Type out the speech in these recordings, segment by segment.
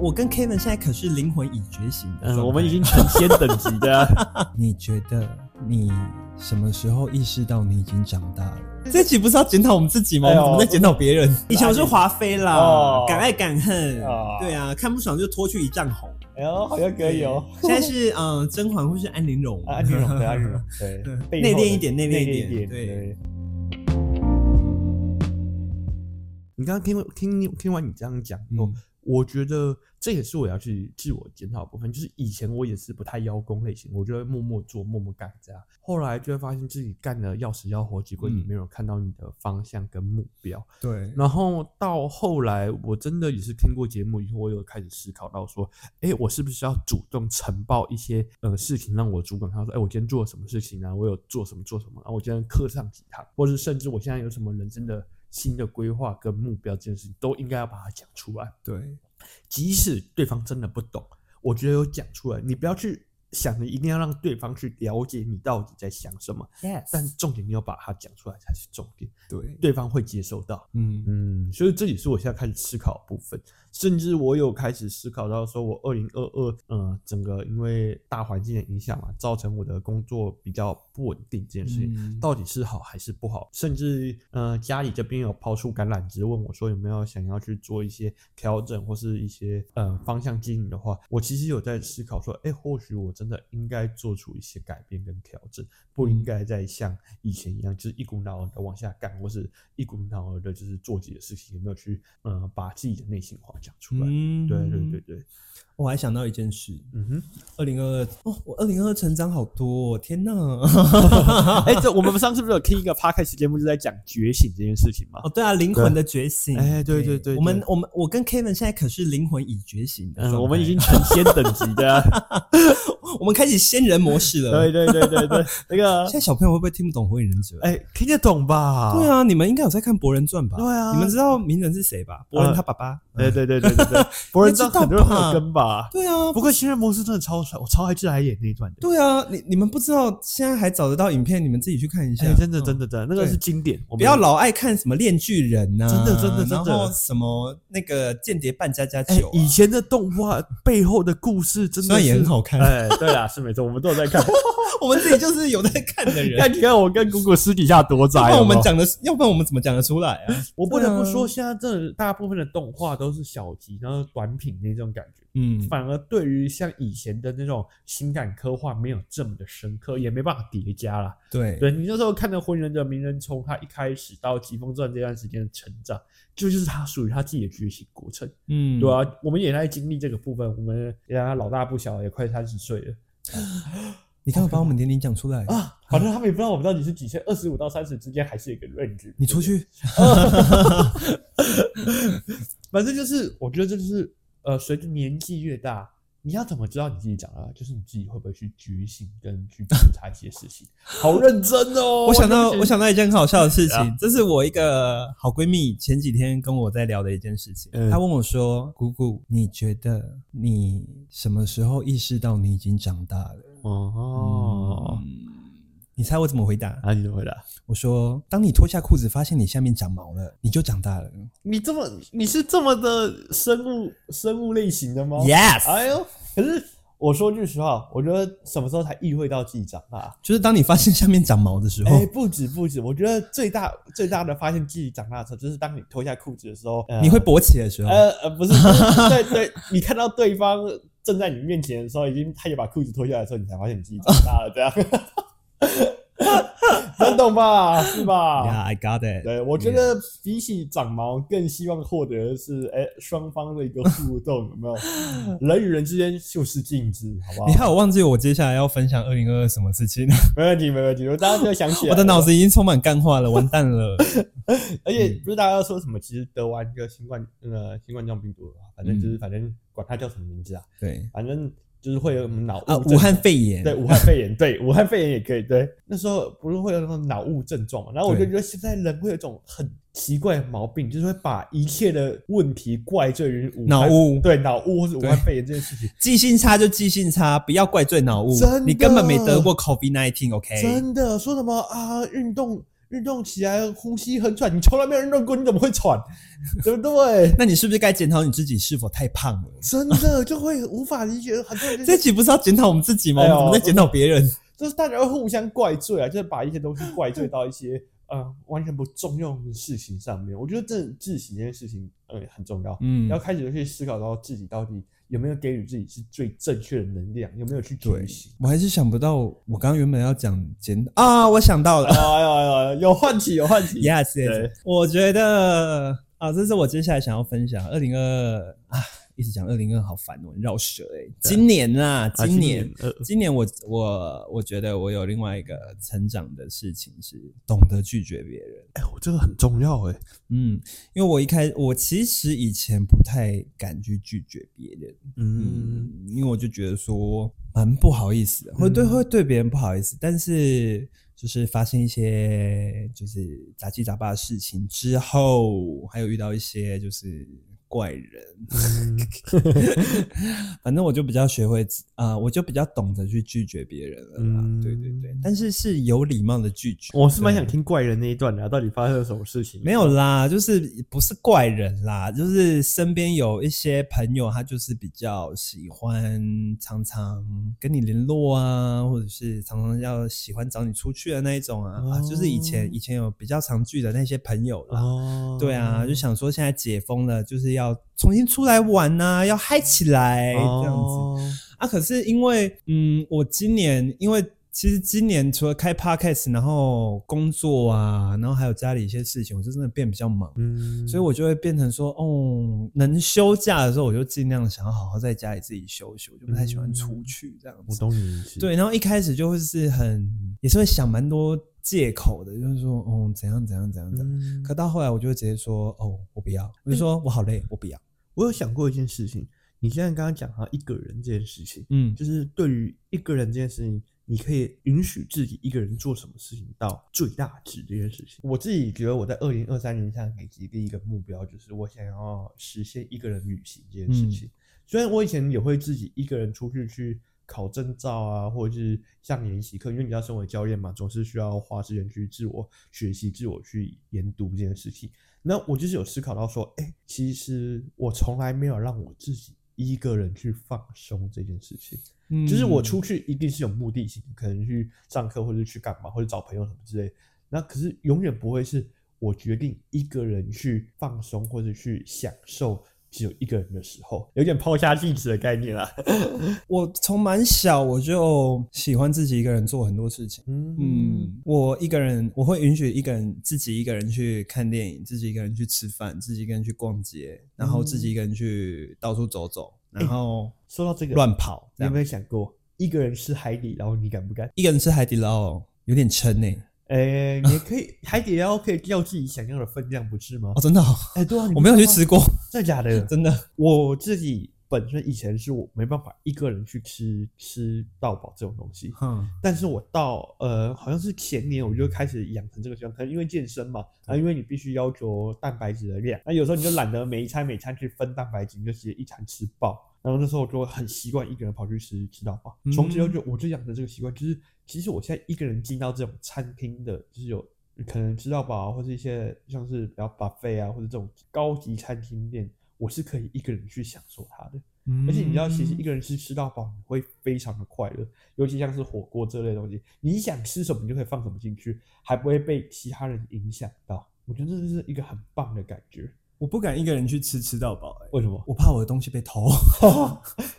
我跟 Kevin 现在可是灵魂已觉醒的呃状态嗯，我们已经成仙等级的啊、你觉得你什么时候意识到你已经长大了？这集不是要检讨我们自己吗？嗯哎呦我们怎么在检讨别人？以前我是华妃啦，哦敢爱敢恨，哦对啊，看不爽就拖去一丈红。 哎呦，好像可以哦。现在是嗯、呃甄嬛或是安陵容，啊，安陵容对，安陵容对对，背内后的敛一点内敛一点敛一对对，你刚刚听听你听完你这样讲 后，嗯我觉得这也是我要去自我检讨的部分。就是以前我也是不太邀功类型，我就会默默做、默默干这样。后来就会发现自己干的要死要活，结果你嗯没有看到你的方向跟目标。对，然后到后来，我真的也是听过节目以后，我有开始思考到说，哎，我是不是要主动呈报一些呃事情让我主管看到说，哎，我今天做了什么事情啊？我有做什么做什么？然后我今天课上几堂，或者甚至我现在有什么人生的新的规划跟目标，这件事情都应该要把它讲出来。对，即使对方真的不懂，我觉得有讲出来，你不要去想着一定要让对方去了解你到底在想什么，但重点你要把它讲出来才是重点，对，对方会接受到。嗯嗯，所以这也是我现在开始思考的部分，甚至我有开始思考到说，我二零二二，嗯，整个因为大环境的影响嘛，造成我的工作比较不稳定这件事情，嗯到底是好还是不好？甚至，呃，家里这边有抛出橄榄枝，问我说有没有想要去做一些调整或是一些呃方向经营的话，我其实有在思考说，哎、或许我真的应该做出一些改变跟调整，不应该再像以前一样，就是一股脑的往下干，或是一股脑的就是做自己的事情，有没有去呃把自己的内心话讲出来？嗯对对对， 对，我还想到一件事，嗯哼，二零二二哦，我二零二二成长好多、哦，天哪！哎、这我们上次不是有听一个 podcast 节目，就在讲觉醒这件事情吗？哦，对啊，灵魂的觉醒。哎对对对我们对我们我跟 Kevin 现在可是灵魂已觉醒的状态、嗯，我们已经成仙等级的、 我们开启仙人模式了。 对对对对对，那个现在小朋友会不会听不懂火影忍者？哎、听得懂吧？对，啊，你们应该有在看《博人传》吧？对啊嗯你们知道鸣人是谁吧？博人他爸爸。对对对对对 对，博人你知知道道很多人都吧有跟吧？对啊，不过《新人模式》真的超帅，我超爱自来也那一段的。对啊，你你们不知道，现在还找得到影片，你们自己去看一下。哎，真的嗯真的真的，那个对是经典，我们不要老爱看什么《恋巨人》呐，真的真的真的然后什么那个《间谍扮家家酒哎》啊，以前的动画背后的故事真虽的然也是很好看，哎，对啊，是没错，我们都有在看。我们自己就是有在看的 人。看，你看我跟姑姑私底下 多宅要不哦。然我们讲的，要不然我们怎么讲得出来啊？我不得不说， 对现在这大部分的动画都是小集，然后短品那种感觉。嗯，反而对于像以前的那种情感刻画没有这么的深刻，也没办法叠加啦。对，对你那时候看的《火影忍者鸣人冲》，他一开始到《疾风传》这段时间的成长，这就是他属于他自己的觉醒过程，嗯，对啊，我们也在经历这个部分，我们也他老大不小，也快三十岁了你刚好把我们年龄讲出来，啊。反正他们也不知道我们到底是几岁，二十五到三十之间还是一个 range。你出对去，不对，反正就是我觉得这就是呃，随着年纪越大。你要怎么知道你自己长大？就是你自己会不会去觉醒跟去觉察一些事情？好认真哦！我想到对不起我想到一件很好笑的事对情，这是我一个好闺蜜前几天跟我在聊的一件事情，嗯她问我说：“姑姑，你觉得你什么时候意识到你已经长大了嗯哦？”，你猜我怎么回答？啊，你怎么回答？我说：“当你脱下裤子，发现你下面长毛了，你就长大了。你这么你是这么的生物生物类型的吗 ”Yes，哎呦，可是我说句实话，我觉得什么时候才意会到自己长大？就是当你发现下面长毛的时候哎、，不止不止，我觉得最大最大的发现自己长大的时候，就是当你脱下裤子的时候，呃哦你会勃起的时候，呃呃不是，就是对对，你看到对方正在你面前的时候，已经他也把裤子脱下来的时候，你才发现你自己长大了，这样。 能懂吧？是吧 Yeah，I got it。对，我觉得比起长毛，更希望获得的是，哎、双方的一个互动，有 没有？人与人之间就是镜子，好不你好？看，我忘记我接下来要分享二零二二什么事情，没问题，没问题。我大家就想起来我的脑，子已经充满干话了，完蛋 了。而嗯且不是大家说什么，其实得完一个新冠，呃，新冠状病毒啊，反正嗯就是、反正管它叫什么名字啊，对反正就是会有什么脑啊，雾症武汉肺炎，对，武汉肺炎，对，武汉肺炎也可以。对，那时候不是会有那种脑雾症状嘛？然后我就对觉得现在人会有一种很奇怪的毛病，就是会把一切的问题怪罪于武汉脑雾对，脑雾或是武对汉肺炎这件 事情。记性差就记性差，不要怪罪脑雾真的，哎你根本没得过 COVID nineteen，OK？、真的说什么啊？运动运动起来呼吸很喘，你从来没有运动过，你怎么会喘？ 对不对？那你是不是该检讨你自己是否太胖了？真的就会无法理解，很多人这就集不是要检讨我们自己吗？哎我呦们怎么在检讨别 人？就是大家会互相怪罪啊，就是把一些东西怪罪到一些呃完全不重用的事情上面。我觉得这自省这件事情呃很重要，嗯要开始去思考到自己到底有没有给予自己是最正确的能量，有没有去对觉醒。，我还是想不到，我刚刚原本要讲检啊，我想到了哎呀哎呀，有唤起，有唤起。 ，yes，, 对 yes 我觉得啊，这是我接下来想要分享二零二啊，一直讲二零二好烦哦，绕舌哎、今年啊，啊今年。呃今年我我我觉得我有另外一个成长的事情是懂得拒绝别人。哎、我这个很重要哎、嗯，因为我一开我其实以前不太敢去拒绝别人，嗯，嗯，因为我就觉得说蛮不好意思的，会对嗯会对别人不好意思，但是就是发生一些就是杂七杂八的事情之后，还有遇到一些就是怪人，嗯 反正我就比较学会啊、我就比较懂得去拒绝别人了啦，嗯对对对，但是是有礼貌的拒绝，我是蛮对想听怪人那一段的、啊，到底发生了什么事情？没有啦，就是不是怪人啦，就是身边有一些朋友，他就是比较喜欢常常跟你联络啊，或者是常常要喜欢找你出去的那一种啊，啊就是以前哦以前有比较常聚的那些朋友啦。哦，对啊，就想说现在解封了，就是要重新出来玩呐、要嗨起来、哎这样子。子，啊，可是因为嗯，我今年因为其实今年除了开 podcast，然后工作啊，然后还有家里一些事情，我就真的变比较忙，嗯所以我就会变成说，哦，能休假的时候我就尽量想要好好在家里自己休息，我就不太喜欢出去这样嗯我子。懂你意思，对，然后一开始就会是很也是会想蛮多借口的，就是说，哦，怎样怎样怎样怎样。嗯，可到后来，我就会直接说，哦，我不要，我就说我好累，我不要。我有想过一件事情，你现在刚刚讲到一个人这件事情，嗯，就是对于一个人这件事情，你可以允许自己一个人做什么事情到最大值这件事情。我自己觉得我在二零二三年上给自己第一个目标，就是我想要实现一个人旅行这件事情。虽然我以前也会自己一个人出去去考证照啊，或者是上研习课，因为你要身为教练嘛，总是需要花时间去自我学习、自我去研读这件事情。那我就是有思考到说，哎、其实我从来没有让我自己一个人去放松这件事情。嗯就是我出去一定是有目的性，可能去上课或者去干嘛，或者找朋友什么之类。那可是永远不会是我决定一个人去放松或者去享受只有一个人的时候，有点抛下镜子的概念啦。我从蛮小我就喜欢自己一个人做很多事情。嗯嗯，我一个人我会允许一个人自己一个人去看电影，自己一个人去吃饭，自己一个人去逛街，然后自己一个人去到处走走，然后嗯说到这个，乱跑。这你有样没有想过一个人吃海底捞，你敢不敢？一个人吃海底捞哦有点撑呢、哎、你也可以海底捞可以掉自己想要的分量，不是吗哦，？真的、 哦，哎、对啊，你我没有不去知道吗吃， 过，真的假的？ 真的。我自己本身以前是我没办法一个人去吃吃到饱这种东西，哼，但是我到呃好像是前年我就开始养成这个习惯，可能因为健身嘛，啊，因为你必须要求蛋白质的量，那有时候你就懒得每一餐每餐去分蛋白质，你就直接一餐吃爆。然后那时候我就很习惯一个人跑去吃吃到饱，从此以后就我就养成这个习惯，就是其实我现在一个人进到这种餐厅的，就是有可能吃到饱啊或是一些像是比较 buffet 啊或者这种高级餐厅店，我是可以一个人去享受它的。而且你知道，嗯其实一个人吃吃到饱，你会非常的快乐，尤其像是火锅这类东西，你想吃什么你就可以放什么进去，还不会被其他人影响到。我觉得这是一个很棒的感觉。我不敢一个人去吃吃到饱、欸，为什么？我怕我的东西被偷。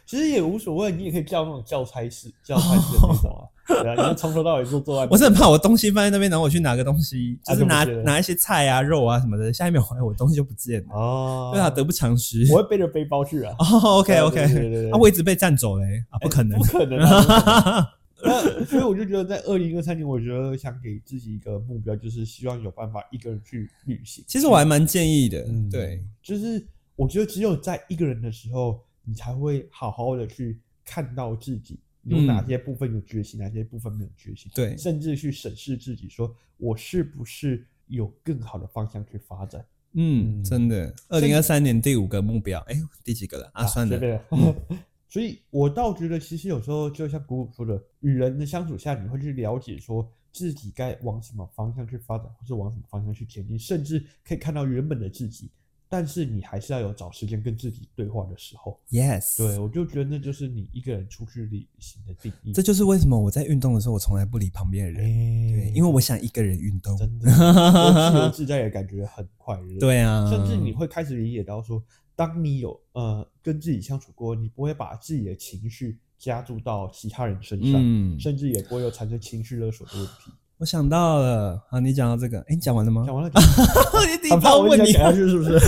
其实也无所谓，你也可以叫那种教差式、教差式的那种啊，对啊，你就从头到尾就坐在那边。哦 我是很怕我东西放在那边，然后我去拿个东西， 啊就是拿就不见了拿一些菜啊、肉啊什么的，下一秒回来我东西就不见了，哦，对啊，得不偿失。我会背着背包去啊， 哦，OK 对对对对 OK，对哎啊，位置被占走嘞，啊，不可能不，可能啊。不可能 那所以我就觉得，在二零二三年，我觉得想给自己一个目标，就是希望有办法一个人去旅行。其实我还蛮建议的嗯，对，就是我觉得只有在一个人的时候，你才会好好的去看到自己有嗯哪些部分有觉醒，哪些部分没有觉醒，对甚至去审视自己，说我是不是有更好的方向去发展。嗯，嗯真的，二以零二三年第五个目标，哎，第几个了啊？算随了，便了。 所以，我倒觉得，其实有时候就像谷谷说的，与人的相处下，你会去了解说自己该往什么方向去发展，或者往什么方向去前进，甚至可以看到原本的自己。但是你还是要有找时间跟自己对话的时候。 Yes，对，我就觉得那就是你一个人出去旅行的定义。哎这就是为什么我在运动的时候，我从来不理旁边的人，对，因为我想一个人运动。真的我自由自在的感觉很快乐。对啊，甚至你会开始理解到说，当你有呃跟自己相处过，你不会把自己的情绪加注到其他人身上，嗯甚至也不会有产生情绪勒索的问题。我想到了，好，你讲到这个，哎，你讲完了吗？讲完了， 你第一很怕包我一问直你，啊讲下去是不是？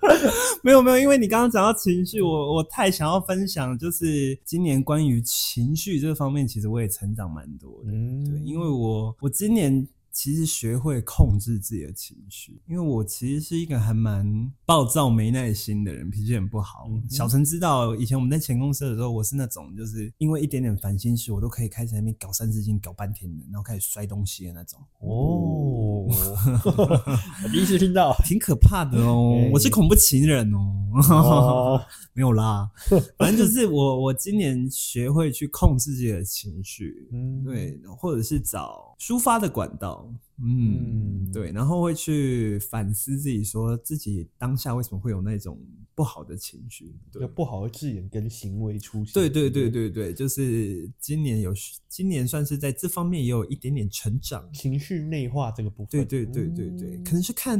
没有没有，因为你刚刚讲到情绪，我我太想要分享，就是今年关于情绪这方面，其实我也成长蛮多的。嗯，对，因为我我今年其实学会控制自己的情绪，因为我其实是一个还蛮暴躁、没耐心的人，脾气很不好。嗯哼小陈知道，以前我们在前公司的时候，我是那种就是因为一点点烦心事，我都可以开始在那边搞三字经，搞半天的，然后开始摔东西的那种， 哦，我第一次听到。挺可怕的哦。哎我是恐怖情人哦。哦， 没有啦，反正就是我， 我今年学会去控制自己的情绪，嗯，对，或者是找抒发的管道，嗯，嗯对，然后会去反思自己，说自己当下为什么会有那种不好的情绪，有对。不好的字眼跟行为出现。对对不对，对对，就是今年有，今年算是在这方面也有一点点成长。情绪内化这个部分。对对对对对，嗯可能是看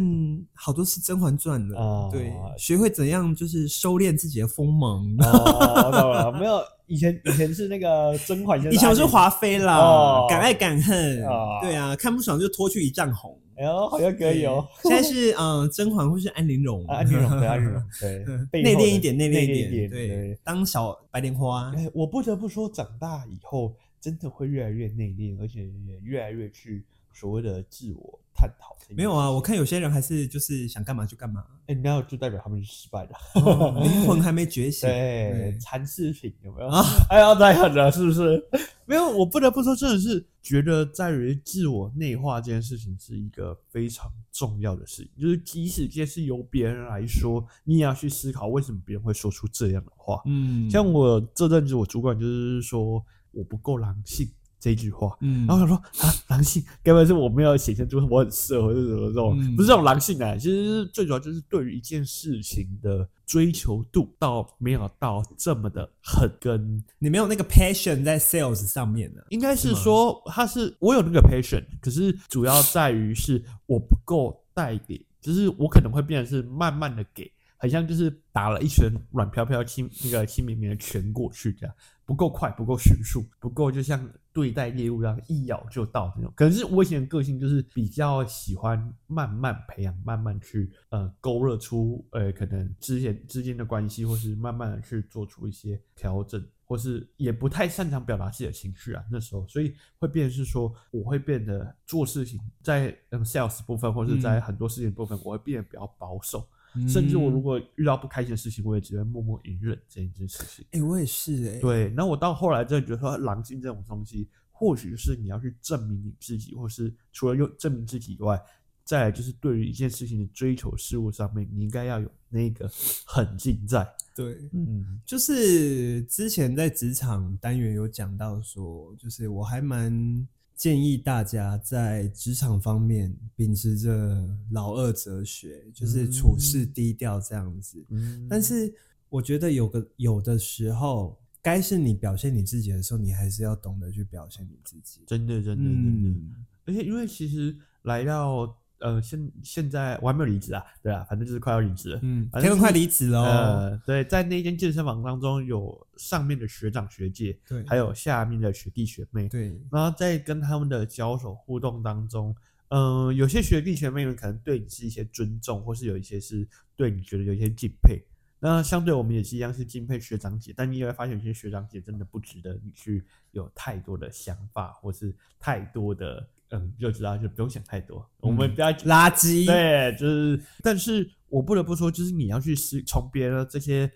好多是《甄嬛传》了，啊对，学会怎样就是收敛自己的锋芒。哦，我懂了，没有以前以前是那个甄嬛，以前我是华妃啦，哦敢爱敢恨，哦对啊，看不爽就拖去一丈红。哎呦，好像可以 哦。现在是嗯、呃甄嬛或是安陵容，嗯啊，安陵容对，安 陵容对，背内后的敛一点，内敛敛一点，点，对，。当小白莲 花，哎，我不得不说，长大以后真的会越来越内敛，而且也越来越去所谓的自我探讨。没有啊，我，看有些人还是就是想干嘛就干 嘛，哎，那就代表他们是失败的。哦灵魂还没觉醒，对对，残次品有没有啊？ 哎呀，太狠了，是不是？ 没有，我不得不说，真的是觉得在于自我内化这件事情是一个非常重要的事情。就是即使这件事由别人来说，你也要去思考为什么别人会说出这样的话。嗯，像我这阵子，我主管就是说我不够狼性这句话。嗯，然后我想说啊，狼性该不会是我没有显现出我很色或者什么这种，嗯不是这种狼性啊，其实是最主要就是对于一件事情的追求度到没有到这么的狠跟，你没有那个 passion 在 sales 上面啊呢，应该是是吗说他是我有那个 patient，可是主要在于是我不够带给，就是我可能会变成是慢慢的给。很像就是打了一拳软飘飘、轻那个轻绵绵的拳过去，这样不够快，不够迅速，不够就像对待业务一样一咬就到那种。可能是我以前的个性就是比较喜欢慢慢培养，慢慢去呃勾勒出呃可能之前之间的关系，或是慢慢的去做出一些调整。或是也不太擅长表达自己的情绪啊，那时候，所以会变成是说，我会变得做事情在嗯 sales 部分，或是在嗯很多事情部分，我会变得比较保守，甚至我如果，果遇到不开心的事情，我也只会默默隐忍这一件事情。哎，我也是哎，对，那我到后来真的觉得说，狼性这种东西，或许是你要去证明你自己，或是除了用证明自己以外，再来就是对于一件事情的追求事物上面，你应该要有那个 狠劲在。对，嗯，就是之前在职场单元有讲到说，就是我还蛮建议大家在职场方面秉持着老二哲学，就是处事低调这样子。嗯但是我觉得有个有的时候，该是你表现你自己的时候，你还是要懂得去表现你自己。真的，真的，真的。嗯，而且因为其实来到呃现现在我还没有离职啊，对啊，反正就是快要离职了。嗯，哦反正天文是快离职喽。呃，对，在那间健身房当中，有上面的学长学姐，对，还有下面的学弟学妹。对，然后在跟他们的交手互动当中，嗯、有些学弟学妹们可能对你是一些尊重，或是有一些是对你觉得有一些敬佩。那相对我们也是一样是敬佩学长姐，但你也会发现有些学长姐真的不值得你去有太多的想法，或是太多的嗯，就知道就不用想太多，我嗯们不要垃圾。对，就是，但是我不得不说，就是你要去思从别人的 这些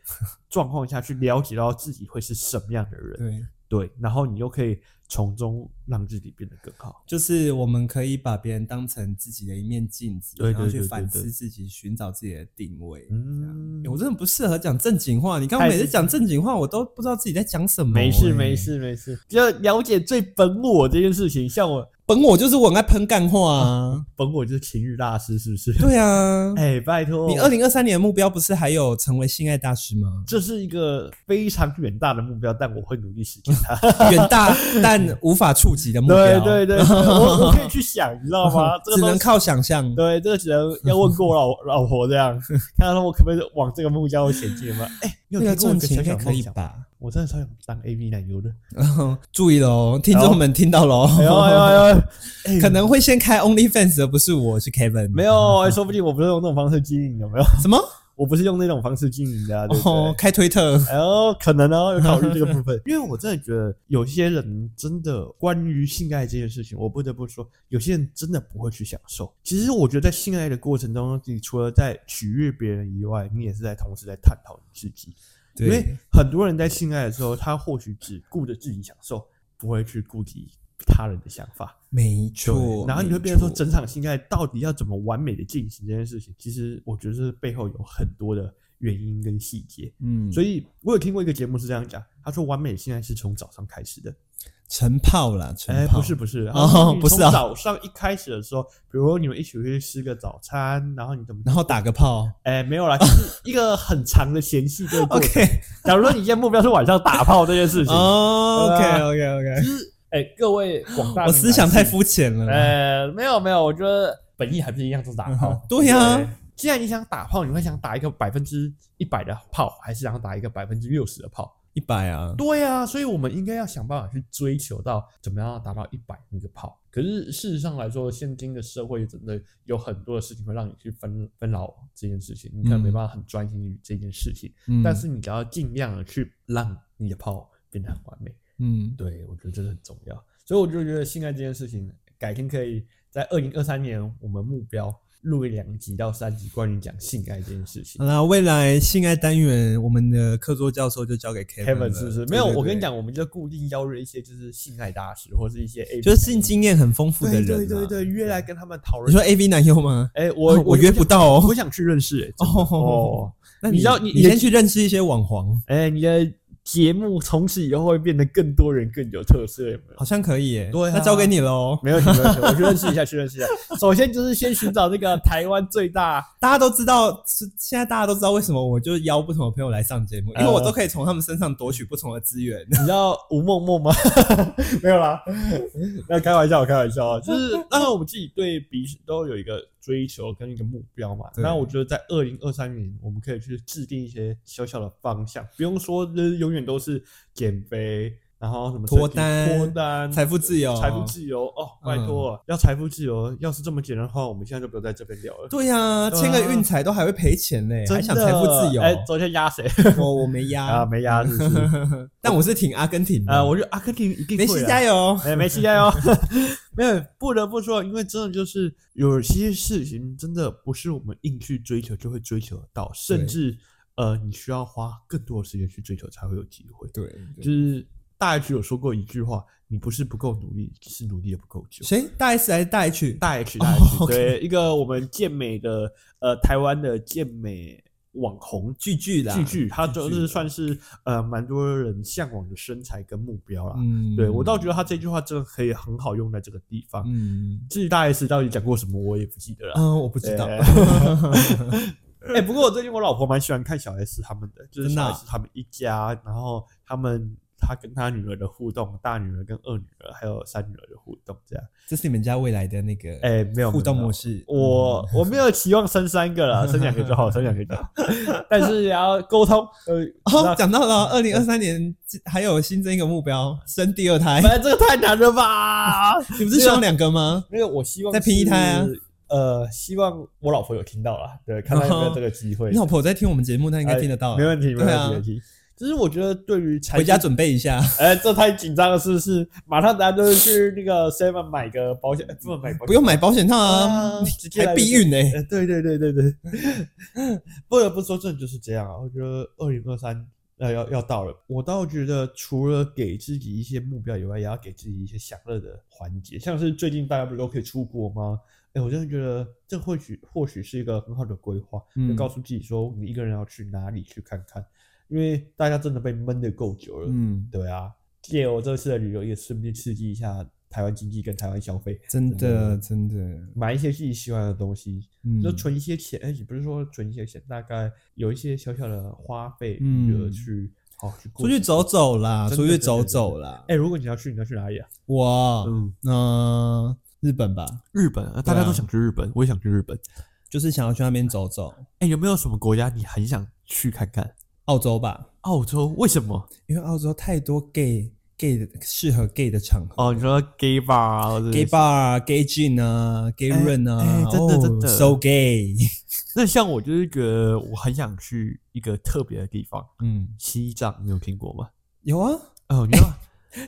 状况下去了解到自己会是什么样的人，对，对，然后你又可以从中让自己变得更好。就是我们可以把别人当成自己的一面镜子，对对然后去对对反对思自己，寻找自己的定位。嗯欸，我真的不适合讲正经话，你看我太每次是讲正经话，我都不知道自己在讲什么、没事欸没，事没事，只要了解最本我这件事情。像我本我就是我很爱喷干话 啊。本我就是情欲大师，是不是？对啊， 哎、拜托，？你二零二三年的目标不是还有成为性爱大师吗这是一个非常远大的目标，但我会努力实现它。远 大但无法触及的 目对标，哦对对，对我我可以去想，你知道 吗？这个只东能西靠想象。对，这个只能要问过我 老老婆这样，看看我可不可以往这个目标前进嘛？哎、你有那听个过赚我一个钱小应该小可梦以想？吧？我真的超想当 AV 奶 油的。注意喽，听众们听到喽，哎呦哎呦哎呦，哎可能会先开 OnlyFans 的不是我，是 Kevin。没有，哎说不定我不是用那种方式经营，有没有？ 什么我不是用那种方式经营的、啊，对不对？哦，开推特，哎呦，可能 哦，有考虑这个部分，因为我真的觉得有些人真的关于性爱这件事情，我不得不说，有些人真的不会去享受。其实我觉得在性爱的过程当中，你除了在取悦别人以外，你也是在同时在探讨你自己。因为对，很多人在性爱的时候，他或许只顾着自己享受，不会去顾及他人的想法。没对，错。然后你会变成说，没错整场性爱到底要怎么完美的进行这件事情，其实我觉得是背后有很多的原因跟细节。嗯，所所以以我有听过一个节目是这样讲，他说完美性爱是从早上开始的。晨泡啦，晨哎，泡不是不是，哦他说你不是从啊早上一开始的时候，比如你们一起去吃个早餐，然后你怎么，然后打个炮。哎没有啦，就是一个很长的前戏这个过程。 OK，假如说你今天目标是晚上打炮这件事情，哦对啊，OK，OK，OK、o k OK 哎，各位广大 OK，啊我思想太肤浅了。嗯呃，没有没有，我觉得本意还不是一样是打炮。对呀既然你想打炮，你会想打一个百分之一百的炮，还是想打一个百分之六十的炮？一百啊，对啊，所以我们应该要想办法去追求到怎么样达到一百那个炮。可是事实上来说，现今的社会真的有很多的事情会让你去分分劳这件事情，你可能没办法很专心于这件事情。嗯但是你只要尽量的去让你的炮变得很完美，嗯，对我觉得这是很重要。所以我就觉得性爱这件事情，改天可以在二零二三年我们目标录一两集到三集关于讲性爱这件事情好。啦，未来性爱单元，我们的课桌教授就交给 Kevin 了 Kevin 是不对是？没有，对我跟对你讲，我们就固定邀约一些就是性爱大师，或是一些哎 A，就是性经验很丰富的对人、啊。对对对，约来跟他们讨论。你说 A V 男优吗？哎，我哦我约不到哦我想去认识哎。真的哦哦，那你知道你你你的先去认识一些网黄，哎，你的节目从此以后会变得更多人更有特色，有没有好？像可以耶。对啊那交给你喽。没有题，没有题，我去认识一下，去认识一下。 首先就是先寻找这个台湾最大，大家都知道，是现在大家都知道为什么我就邀不同的朋友来上节目，因为呃我都可以从他们身上夺取不同的资源。你知道吴梦梦吗？ 没有啦，那开玩笑，开玩笑啊，就是当然我们自己对彼此都有一个追求跟一个目标嘛。对 那我觉得在二零二三年，我们可以去制定一些小小的方向，不用说就是永远都是减肥。然后什么脱单脱单、财富嗯自由财富自由哦，拜托、要财富自由，要是这么简单的话，我们现在就不要在这边聊了。对呀、对啊签个运彩都还会赔钱嘞，真还的想财富自由？哦哎，昨天 压谁我我没压， 啊？没压，是不是？但我是挺阿根廷的。啊，我觉得阿根廷一定梅会西啊加油！哎，没期待哦。 没有，不得不说，因为真的就是有些事情真的不是我们硬去追求就会追求得到，甚至呃，你需要花更多的时间去追求才会有机会。对，就是大 H 有说过一句话：“你不是不够努力，只是努力的不够久。”谁大 S 还是大 H？大 H 哦大 H，、 ，OK 对一个我们健美的呃台湾的健美网红巨巨啦，巨巨，他就是算是是呃蛮多人向往的身材跟目标啦。嗯对我倒觉得他这句话真的可以很好用在这个地方。嗯至于大 S 到底讲过什么，我也不记 得了。嗯，我不知道。对哎、不过我最近我老婆蛮喜欢看小 S 他们的，就是真的小啊 S 他们一家，然后他们他跟他女儿的互动，大女儿跟二女儿还有三女儿的互动，这样。这是你们家未来的那个哎、没有互动没有模式。嗯我我没有期望生三个了，生两个就好，生两个就好。 但是也要沟通，呃，哦，讲到了二零二三年，还有新增一个目标，生第二胎反。正这个太难了吧？你不是希望两个吗？没有，我希望再拼一胎啊是。呃，希望我老婆有听到啦，对，看她有没有这个机会。你老婆有在听我们节目，她应该哎听得到。没问题，没对问啊题，没问题。只是我觉得对于财回家经，准备一下。哎，这太紧张了，是不是？马上咱就去那个 Seven 买个保险，哎不买保 险不用买保险套啊，啊你直接来还避孕呢。欸呃，对对对对对，不得不说，真的就是这样啊。我觉得二零二三呃，要要到了。我倒觉得，除了给自己一些目标以外，也要给自己一些享乐的环节，像是最近大家不是都可以出国吗？哎、我真的觉得这或许或许是一个很好的规划，就嗯告诉自己说，你一个人要去哪里去看看，因为大家真的被闷得够久了。嗯，对啊，借由这次的旅游，也顺便刺激一下台湾经济跟台湾消费，真的真的，买一些自己喜欢的东西，嗯，就存一些钱，哎，也不是说存一些钱，大概有一些小小的花费嗯余额去好好去过出去日子走。走啦，真出的去真的走真的走啦。哎，如果你要去，你要去哪里啊？我嗯，嗯，日本吧，日本，啊，大对啊家都想去日本，我也想去日本。就是想要去那边走走。哎，有没有什么国家你很想去看看？澳洲吧，澳洲为什么？因为澳洲太多 gay gay 的适合 gay 的场合。哦，你说 gay bar 啊或者是 gay bar、gay gin 啊、gay 哎 run 啊哎，真的真的哦，so gay。那像我就是觉得我很想去一个特别的地方， 嗯，西藏，你有听过吗？有啊，哦，你看，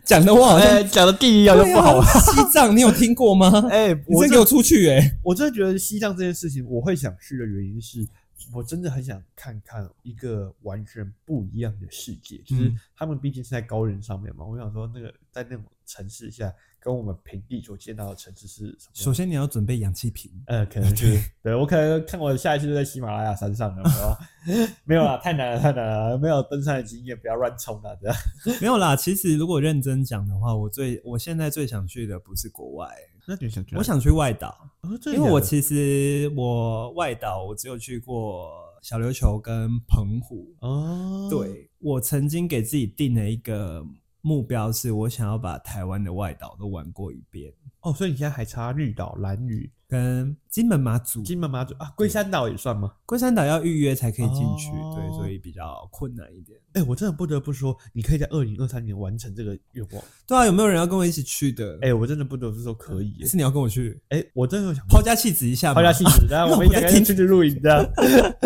讲的我好像哎，讲的第一样就对不好啊了。，西藏你有听过吗？哎，你我真真给我出去哎！ 我真的觉得西藏这件事情，我会想去的原因是，我真的很想看看一个完全不一样的世界。就是嗯他们毕竟是在高原上面嘛， 我想说那个在那种城市下，跟我们平地所见到的城市是什么样的？先你要准备氧气瓶，呃，可能是对我可能看我下一次就在喜马拉雅山上了， 没有没有啦，太难了，太难了，没有登山的经验，不要乱冲啦，这样。没有啦。其实如果认真讲的话，我最我现在最想去的不是国外，那你想去我，想去外岛，哦因为我其其实我外岛我只有去过小琉球跟澎湖。哦，对我曾经给自己定了一个目标，是我想要把台湾的外岛都玩过一遍，哦，所以你现在还差绿岛、蓝屿、跟金门、马祖、金门、马祖啊，龟山岛也算吗？龟山岛要预约才可以进去，哦对，所以比较困难一点。哎、我真的不得不说，你可以在二零二三年完成这个愿望。对啊，有没有人要跟我一起去的？哎、我真的不得不说可以、耶是你要跟我去哎、我真的有想抛家弃子一下吗？抛家弃子，然后我们两个人出去露营的。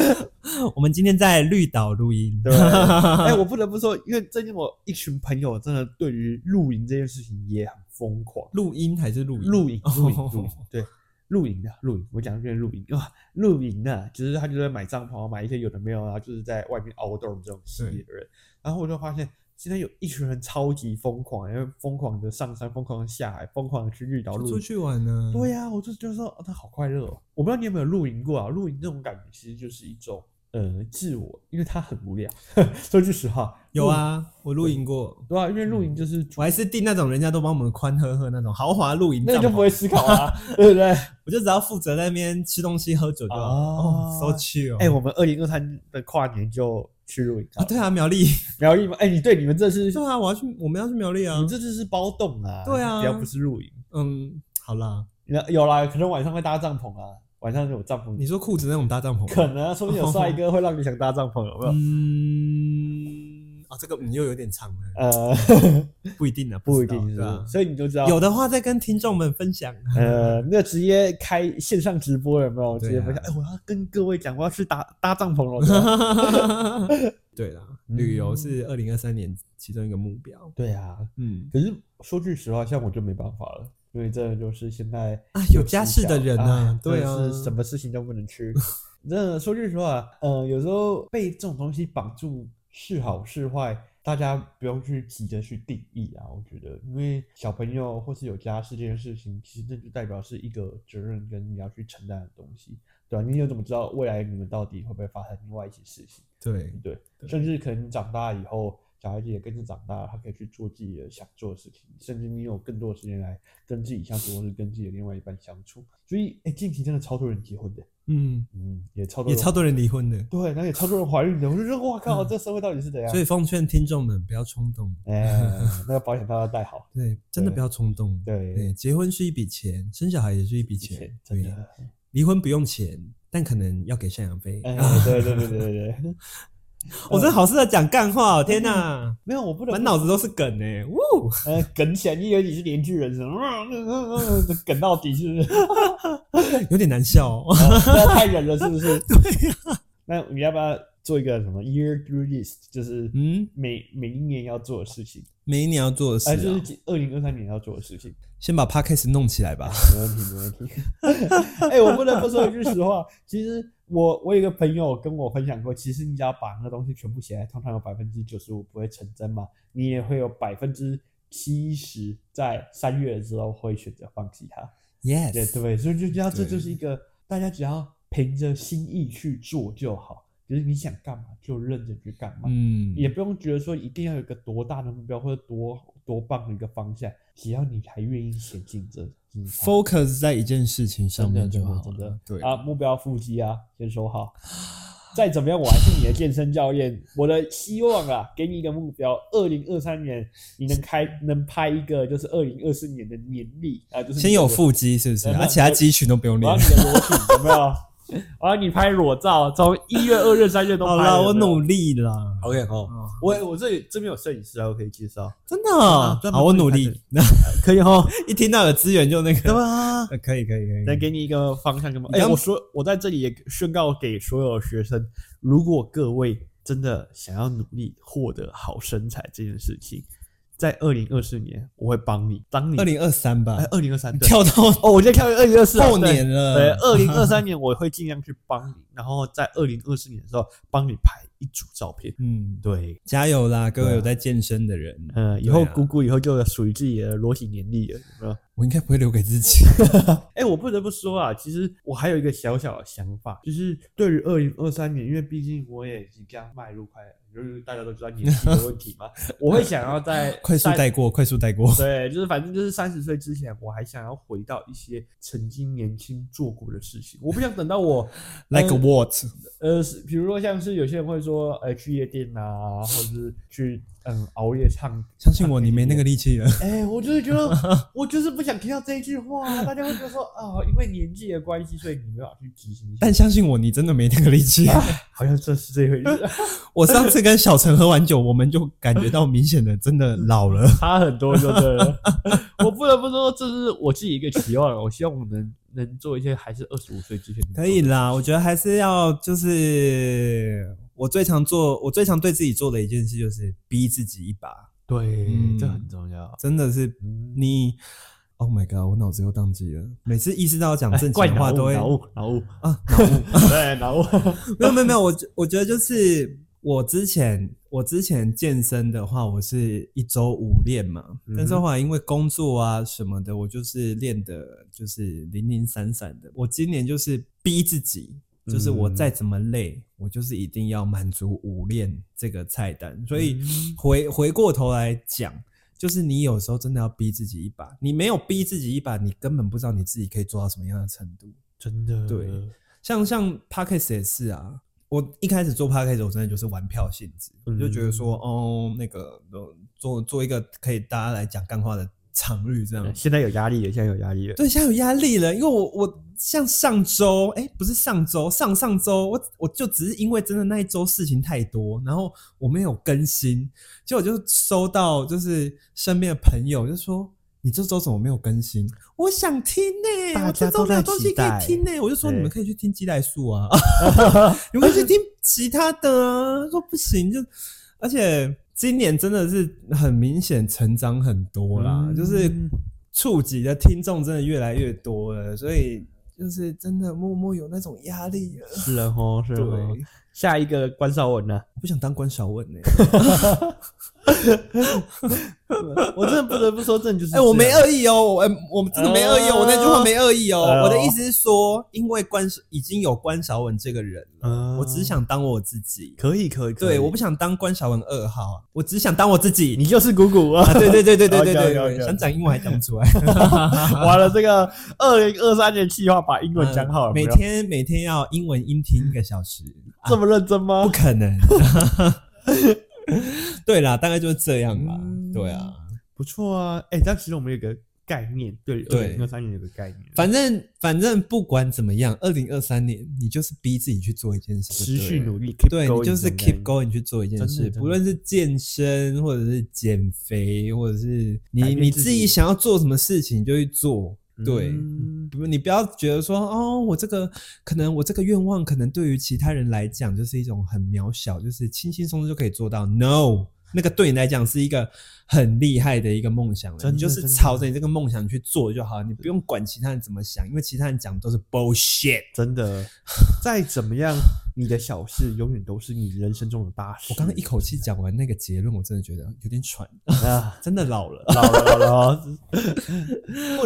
我们今天在绿岛录音，对，哎、我不得不说，因为最近我一群朋友真的对于露营这件事情也很疯狂。录音还是录音？露营，露营，露营哦，对，露营的露营，我讲的就是露营哇，露营啊，就是他就在买帐篷啊，买一些有的没有啊，就是在外面 outdoor 这种系列的人，然后我就发现。现在有一群人超级疯狂，然后疯狂的上山，疯狂的下海，疯狂的去绿岛就露出营。去玩呢？对啊呀、我就觉得说、哦他好快乐哦。我不知道你有没有露营过啊？露营这种感觉其实就是一种呃自我，因为它很无聊。 说句实话，有露营，啊，我露营过，对啊，因为露营就是我还是订那种人家都帮我们宽呵呵那种豪华露营那帐个就篷不，会思考 啊，对不对？我就只要负责在那边吃东西喝酒就好。哦哦，so chill。哎、我们二零二三的跨年就去露营啊，对啊，苗栗， 苗栗吗？哎、你对你们这次，对啊，我要去，我们要去苗栗你啊们。这次是包栋啊，对啊比较不是露营。嗯，好啦，那有啦，可能晚上会搭帐篷啊，晚上有帐篷。你说裤子那种搭帐篷吗，可能啊，说不定有帅哥会让你想搭帐篷，有没有？嗯，啊，这个你又有点长了， 呃，不一定啊，不一知道定是对不啊是，所以你就知道有的话再跟听众们分享。啊 呃，那直接开线上直播有没有？对直啊接分享。哎、我要跟各位讲，我要去搭搭帐篷 了。嗯对啦，旅游是二零二三年其中一个目标。对啊，嗯可是说句实话，像我就没办法了，因为真的就是现在啊，有有家室的人啊啊，，对啊，真的是什么事情都不能去。真的说句实话，呃，有时候被这种东西绑住，是好是坏，大家不用去急着去定义啊。我觉得，因为小朋友或是有家室这件事情，其实那就代表是一个责任跟你要去承担的东西，对啊吧、你又怎么知道未来你们到底会不会发生另外一些事情？对，对，对甚至可能你长大以后，小孩子也跟着长大，他可以去做自己的想做的事情，甚至你有更多的时间来跟自己相处，或是跟自己的另外一半相处。所以，哎、近期真的超多人结婚的，嗯，嗯，也超多也人超多人离婚的，对，啊然后也超多人怀孕的。我就觉得，哇靠，这社会到底是怎样所？以奉劝听众们不要冲动。哎、那个保险套要戴好，对，真的对不要冲动。对对，结婚是一笔钱，生小孩也是一笔以前钱，真对的，离婚不用钱，但可能要给赡养费。哎、对对对对对对，我嗯真的好适合讲干话哦！天哪，没有，我不能满脑子都是梗哎！呜，呃梗起来，你以为你是连续人呃生，呃梗到底是不是？有点难笑哦。 啊不要太忍了，是不是？对呀、那你要不要做一个什么 year do list，就是嗯每每一年要做的事情，每一年要做的事、哎、啊，就是二零二三年要做的事情，先把 podcast 弄起来 吧。没问题，没问题。 哎、我不得不说一句实话，其实我我有一个朋友跟我分享过，其实你只要把那个东西全部写来，通常有百分之九十五不会成真嘛，你也会有百分之七十在三月之后会选择放弃它。对 Yes，对，所以就知道这对就是一个大家只要凭着心意去做就好，就是你想干嘛就认真去干嘛，嗯，也不用觉得说一定要有一个多大的目标或者多多棒的一个方向，只要你还愿意前进这。进发 focus 在一件事情上真的面真就的好真了的。，对啊，目标腹肌啊，先说好。再怎么样，我还是你的健身教练。我的希望啊，给你一个目标，二零二三年你能开能拍一个，就是二零二四年的年历啊，就是先你的有人腹肌是不是？真的啊，其他肌群都不用我要练你。的裸体，有没有？我要你拍裸照，从一月、二月、三月都拍好了。啦，我有没有努。力啦。 OK 哦，哦我我这里这边有摄影师啊，我可以介绍。真的哦真的专门好，我为努看力。 可以哈， 一听到有资源就那对个，吧？呃可以可以可能以。给你一个方向跟吗？你哎、刚我说我在这里也宣告给所有学生，如果各位真的想要努力获得好身材这件事情，在二零二四年我会帮你。当你二零二三吧哎，二零二三对跳到哦，我今天看二零二四后年了对，哎二零二三年我会尽量去帮你，然后在二零二四年的时候帮你拍一组照片。嗯，对，加油啦，各位对啊有在健身的人，呃，以对后啊姑姑以后就属于自己的裸体年历了，有没有？我应该不会留给自 己。哎、我不得不说啊，其实我还有一个小小的想法，就是对于二零二三年，因为毕竟我也即将迈入快，就是大家都知道年纪的问题 嘛，我会想要在快速三带过，快速带过。对，就是反正就是三十岁之前，我还想要回到一些曾经年轻做过的事情，我不想等到我 Like 呃 what？呃，是比如说像是有些人会说，呃，去夜店啊，或者是去嗯熬夜唱，相信我，你没那个力气了。哎、我就是觉得，我就是不想听到这一句话、大家会觉得说，啊，因为年纪的关系，所以你没有办法去执行一些。但相信我，你真的没那个力 气。好像这是这回事，啊我上次跟小陈喝完酒，我们就感觉到明显的真的老了。 差很多就对了。我不得不说，这是我自己一个期望，啊我希望我能能做一些还是二十五岁之前能可做以的啦，我觉得还是要就是我最常做，我最常对自己做的一件事就是逼自己一把，对，嗯这很重要。真的是嗯你。Oh my god！我脑子又宕机了。每次意识到讲哎正怪经话脑都雾，会脑雾，脑雾啊，脑雾， 对，脑雾。 没有没有没有，我觉我觉得就是我之前我之前健身的话，我是一周五练嘛，嗯哼但是后来因为工作啊什么的，我就是练的就是零零散散的。我今年就是逼自己，就是我嗯再怎么累，我就是一定要满足五练这个菜单。所以嗯回回过头来讲。就是你有时候真的要逼自己一把，你没有逼自己一把，你根本不知道你自己可以做到什么样的程度。真的，对像像 podcast 也是啊，我一开始做 podcast 我真的就是玩票性质，我嗯就觉得说哦，那个呃做做一个可以大家来讲干话的场域这样呃。现在有压力了，现在有压力了。对，现在有压力了，因为我我像上周，哎、不是上周，上上周，我我就只是因为真的那一周事情太多，然后我没有更新，结果就收到就是身边的朋友就说。你这周怎么没有更新？我想听呢、我大这家周都没有在东西期可以待听呢、我就说你们对可以去听鸡来树啊，你们可以去听其他的啊。说不行，就而且今年真的是很明显成长很多啦，嗯就是触及的听众真的越来越多了，所以就是真的默默有那种压力了。是啊了吼，是哦对，了哦吼。下一个关少文 呢？我不想当关少文呢、我真的不得不说，真的就是哎、我没二恶意哦，我哎我们真的没恶意哦，哦我那句话没恶意哦。哦我的意思是说，因为关已经有关少文这个人了，啊我只是想当我自己。可以可以，可以对，我不想当关少文二号啊，我只想当我自己。 你就是谷谷啊！啊，对对对对对对对 OK，OK，OK 对，想讲英文还讲不出来。完了，这个二零二三年计划把 英文讲好了，每没有天每天要英文音听一个小时，啊这么认真吗不？可能。 对啦，大概就是这样啦。嗯对啊，不错啊，哎，但其实我们有个概念，对二对零二三年有个概念，反正反正不管怎么样，二零二三年你就是逼自己去做一件事，持续努力。力，keep 对你 going，就是这种 keep 概念 going 去做一件真的事，真的不论是健身或者是减肥，或者是改你变你自自己己想要做什么事情你就去做，对嗯不，你不要觉得说哦，我这个可能我这个愿望可能对于其他人来讲就是一种很渺小，就是轻轻松松就可以做到。No，那个对你来讲是一个很厉害的一个梦想了，真的你就真是的朝着你这个梦想去做就好，你不用管其他人怎么想，因为其他人讲的都是 bullshit。真的，再怎么样，你的小事永远都是你人生中的大事。我刚刚一口气讲完那个结论，我真的觉得有点喘，啊，真的老了。老了老了，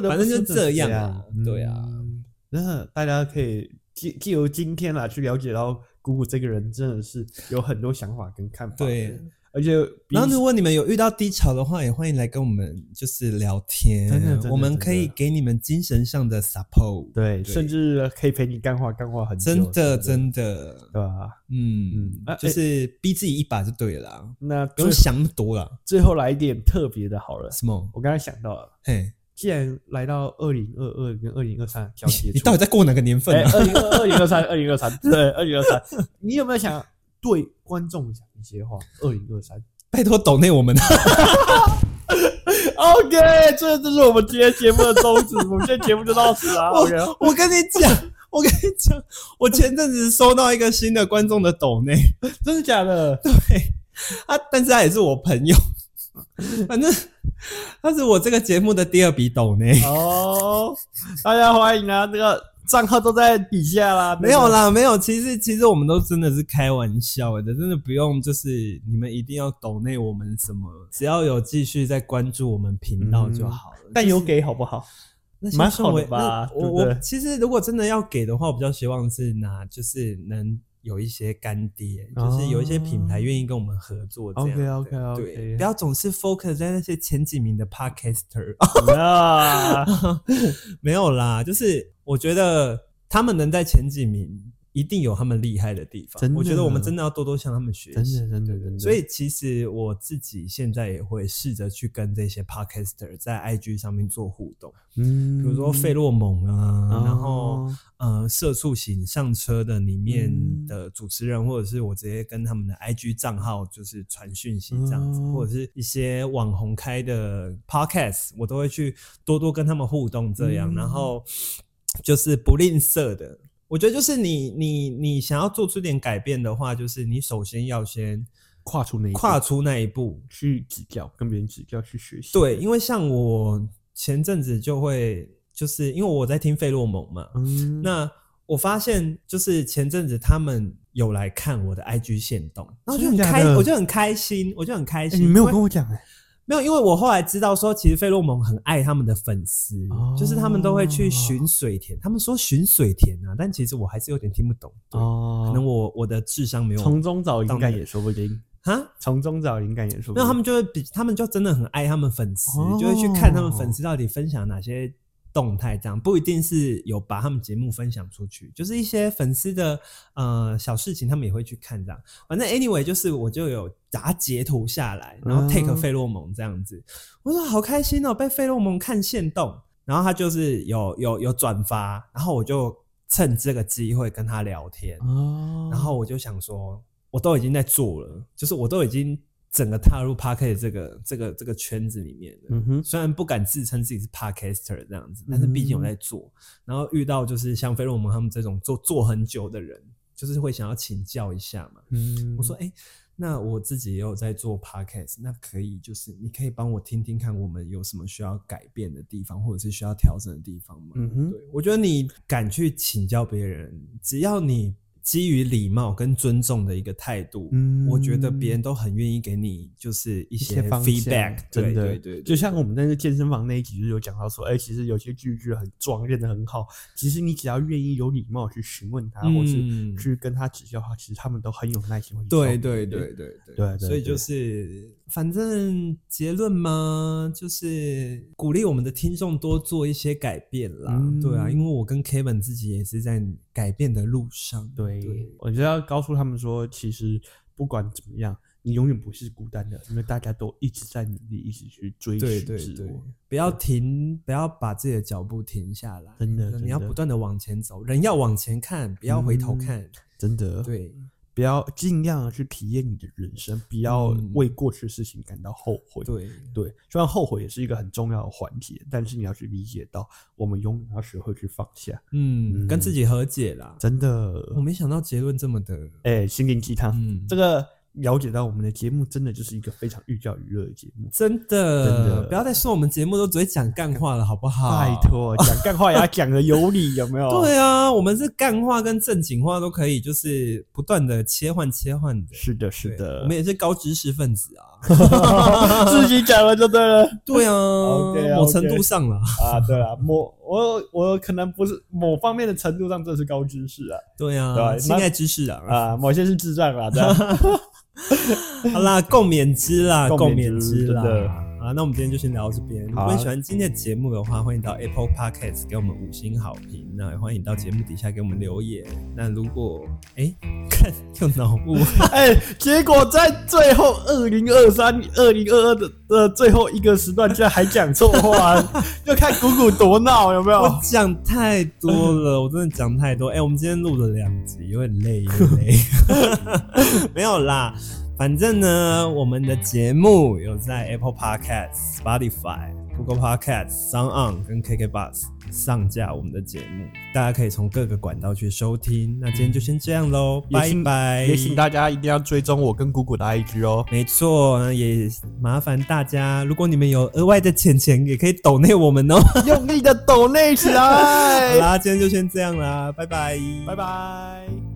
反正就这样啊啊，对啊嗯。那大家可以借借由今天啦，去了解到姑姑这个人真的是有很多想法跟看法。对，而且比然后，如果你们有遇到低潮的话，也欢迎来跟我们就是聊天，真的真的我们真的可以给你们精神上的 support。对，对甚至可以陪你干话干话很久。真的的，真的，对吧？嗯嗯啊，就是逼自己一把就对了啦，那不最用想那么多啦。最后来一点特别的好了，什么？我刚才想到了。嘿，既然来到二零二二跟二零二三交你 接你处到底，在过哪个年份啊？二零二二零二三二零二三对二零二三，你有没有想对观众讲一些话？二零二三拜托抖内我们啊， ，OK，这就是我们今天节目的宗旨，我们今天节目就到此啊。OK，我跟你讲，我跟你讲，我前阵子收到一个新的观众的抖内，真的假的？他但是他也是我朋友，反正他是我这个节目的第二笔抖内。哦，大家欢迎啊，这个账号都在底下 啦，没有，啦，没有。其实其实我们都真的是开玩笑的，真的不用就是你们一定要抖内我们什么，只要有继续在关注我们频道就好了。但有给好不好？那些蛮氛围好的吧那对我不对我其实如果真的要给的话，我比较希望是拿就是能。有一些干爹，就是有一些品牌愿意跟我们合作这样的。 OK，OK，OK 对，不要总是 focus 在那些前几名的 podcaster。 啊，没有啦，就是我觉得他们能在前几名，一定有他们厉害的地真方。的我觉得我们真的要多多向他们学真习的。真的真的，所以其实我自己现在也会试着去跟这些 podcaster 在 IG 上面做互动，嗯，比比如说费洛蒙啊，然后哦呃社畜型上车的里面嗯的主持人，或者是我直接跟他们的 IG 账号就是传讯息这样子，哦或者是一些网红开的 podcast，我都会去多多跟他们互动这样，嗯然后就是不吝啬的。我觉得就是你你你想要做出点改变的话，就是你首先要先跨出那一步跨出那一步，去指教，跟别人指教去学习，对，因为像我前阵子就会，就是因为我在听费洛蒙嘛，嗯，那我发现就是前阵子他们有来看我的 IG 线动，然后我就很真的假开，的我就很开心，我就很开欸心。你没有因为跟我讲哎、没有，因为我后来知道说，其实费洛蒙很爱他们的粉丝，哦就是他们都会去寻水田，他们说寻水田啊，但其实我还是有点听不懂。对，哦可能我我的智商没有从中找灵感也说不定，啊。从中找灵感也说不定。那他们就会比他们就真的很爱他们粉丝，哦就会去看他们粉丝到底分享哪些动态，这样不一定是有把他们节目分享出去，就是一些粉丝的呃小事情，他们也会去看这样。反正 anyway，就是我就有把它截图下来，然后嗯 take 费洛蒙这样子，我说好开心哦，被费洛蒙看线动，然后他就是有有有转发，然后我就趁这个机会跟他聊天，哦，然后我就想说，我都已经在做了，就是我都已经整个踏入 p a r k e t 这个这个这个圈子里面了。嗯哼，虽然不敢自称自己是 podcaster 这样子，但是毕竟我在做。然后遇到就是像菲洛蒙他们这种做做很久的人，就是会想要请教一下嘛。嗯我说，哎、那我自己也有在做 podcast，那可以就是你可以帮我听听看，我们有什么需要改变的地方，或者是需要调整的地方吗？嗯哼，对，我觉得你敢去请教别人，只要你基于礼貌跟尊重的一个态度，嗯我觉得别人都很愿意给你就是一一些方向 feedback，对真的对对，就像我们在那健身房那一集就是有讲到说，哎、其实有些句句很壮，练得很好，其实你只要愿意有礼貌去询问他，或是嗯去跟他指教他，其实他们都很有耐心会去教对你对对对对哦对对所以对就是反正结论嘛，就是鼓励我们的听众多做一些改变啦，嗯对啊，因为我跟 Kevin 自己也是在改变的路上，对，我就要告诉他们说，其实不管怎么样，你永远不是孤单的，因为大家都一直在努力，一直去追对寻对自对我。，不要停，不要把自己的脚步停下来，真的你真要的不断的往前走，人要往前看，不要回头嗯看。真的，对，不哎要尽量地去体验你的人生，不要嗯为过去的事情感到后悔。对，对，虽然后悔也是一个很重要的环节，但是你要去理解到，我们永远要学会去放下。嗯，跟自己和解啦。真的，我没想到结论这么的，哎、心灵鸡汤，啊嗯，这个了解到我们的节目真的就是一个非常寓教于乐的节目。真的真的不要再说我们节目都只会讲干话了，好不好？拜。托，啊讲干话也要讲的有理，有没有？ 对啊，我们是干话跟正经话都可以，就是不断的切换切换的。是的，是对的我 们，也是高知识分 子啊。自己讲了就对了。对啊 OK，OK 某程度上啦。 啊，对了，某我我可能不是某方面的程度上，这是高知识啊，对对啊，那性爱知识啊。啊，某些是智障啊，这 样。好啦，共勉之啦， 共共勉勉之之啦真的。啊，那我们今天就先聊到这边。如好啊果你喜欢今天的节目的话，欢迎到 Apple Podcast 给我们五星好评。那也欢迎到节目底下给我们留言。那如果哎， 看又脑雾，哎、结果在最后二零二三、二零二二的的最后一个时段，居然还讲错话， 就看谷谷多闹有没有我？讲太多了，我真的讲太多。哎、我们今天录了两集，有点累，有点 累。没有啦，反正呢，我们的节目有在 Apple Podcast、Spotify、Google Podcast、Sound On 跟KK Bus 上架我们的节目，大家可以从各个管道去收听。那今天就先这样喽，也拜请拜。也请大家一定要追踪我跟谷谷的 IG 哦。没错，那也麻烦大家，如果你们有额外的钱钱，也可以抖内我们哦。用力的抖内起好来，哎 啦，今天就先这样啦，拜拜，拜。拜。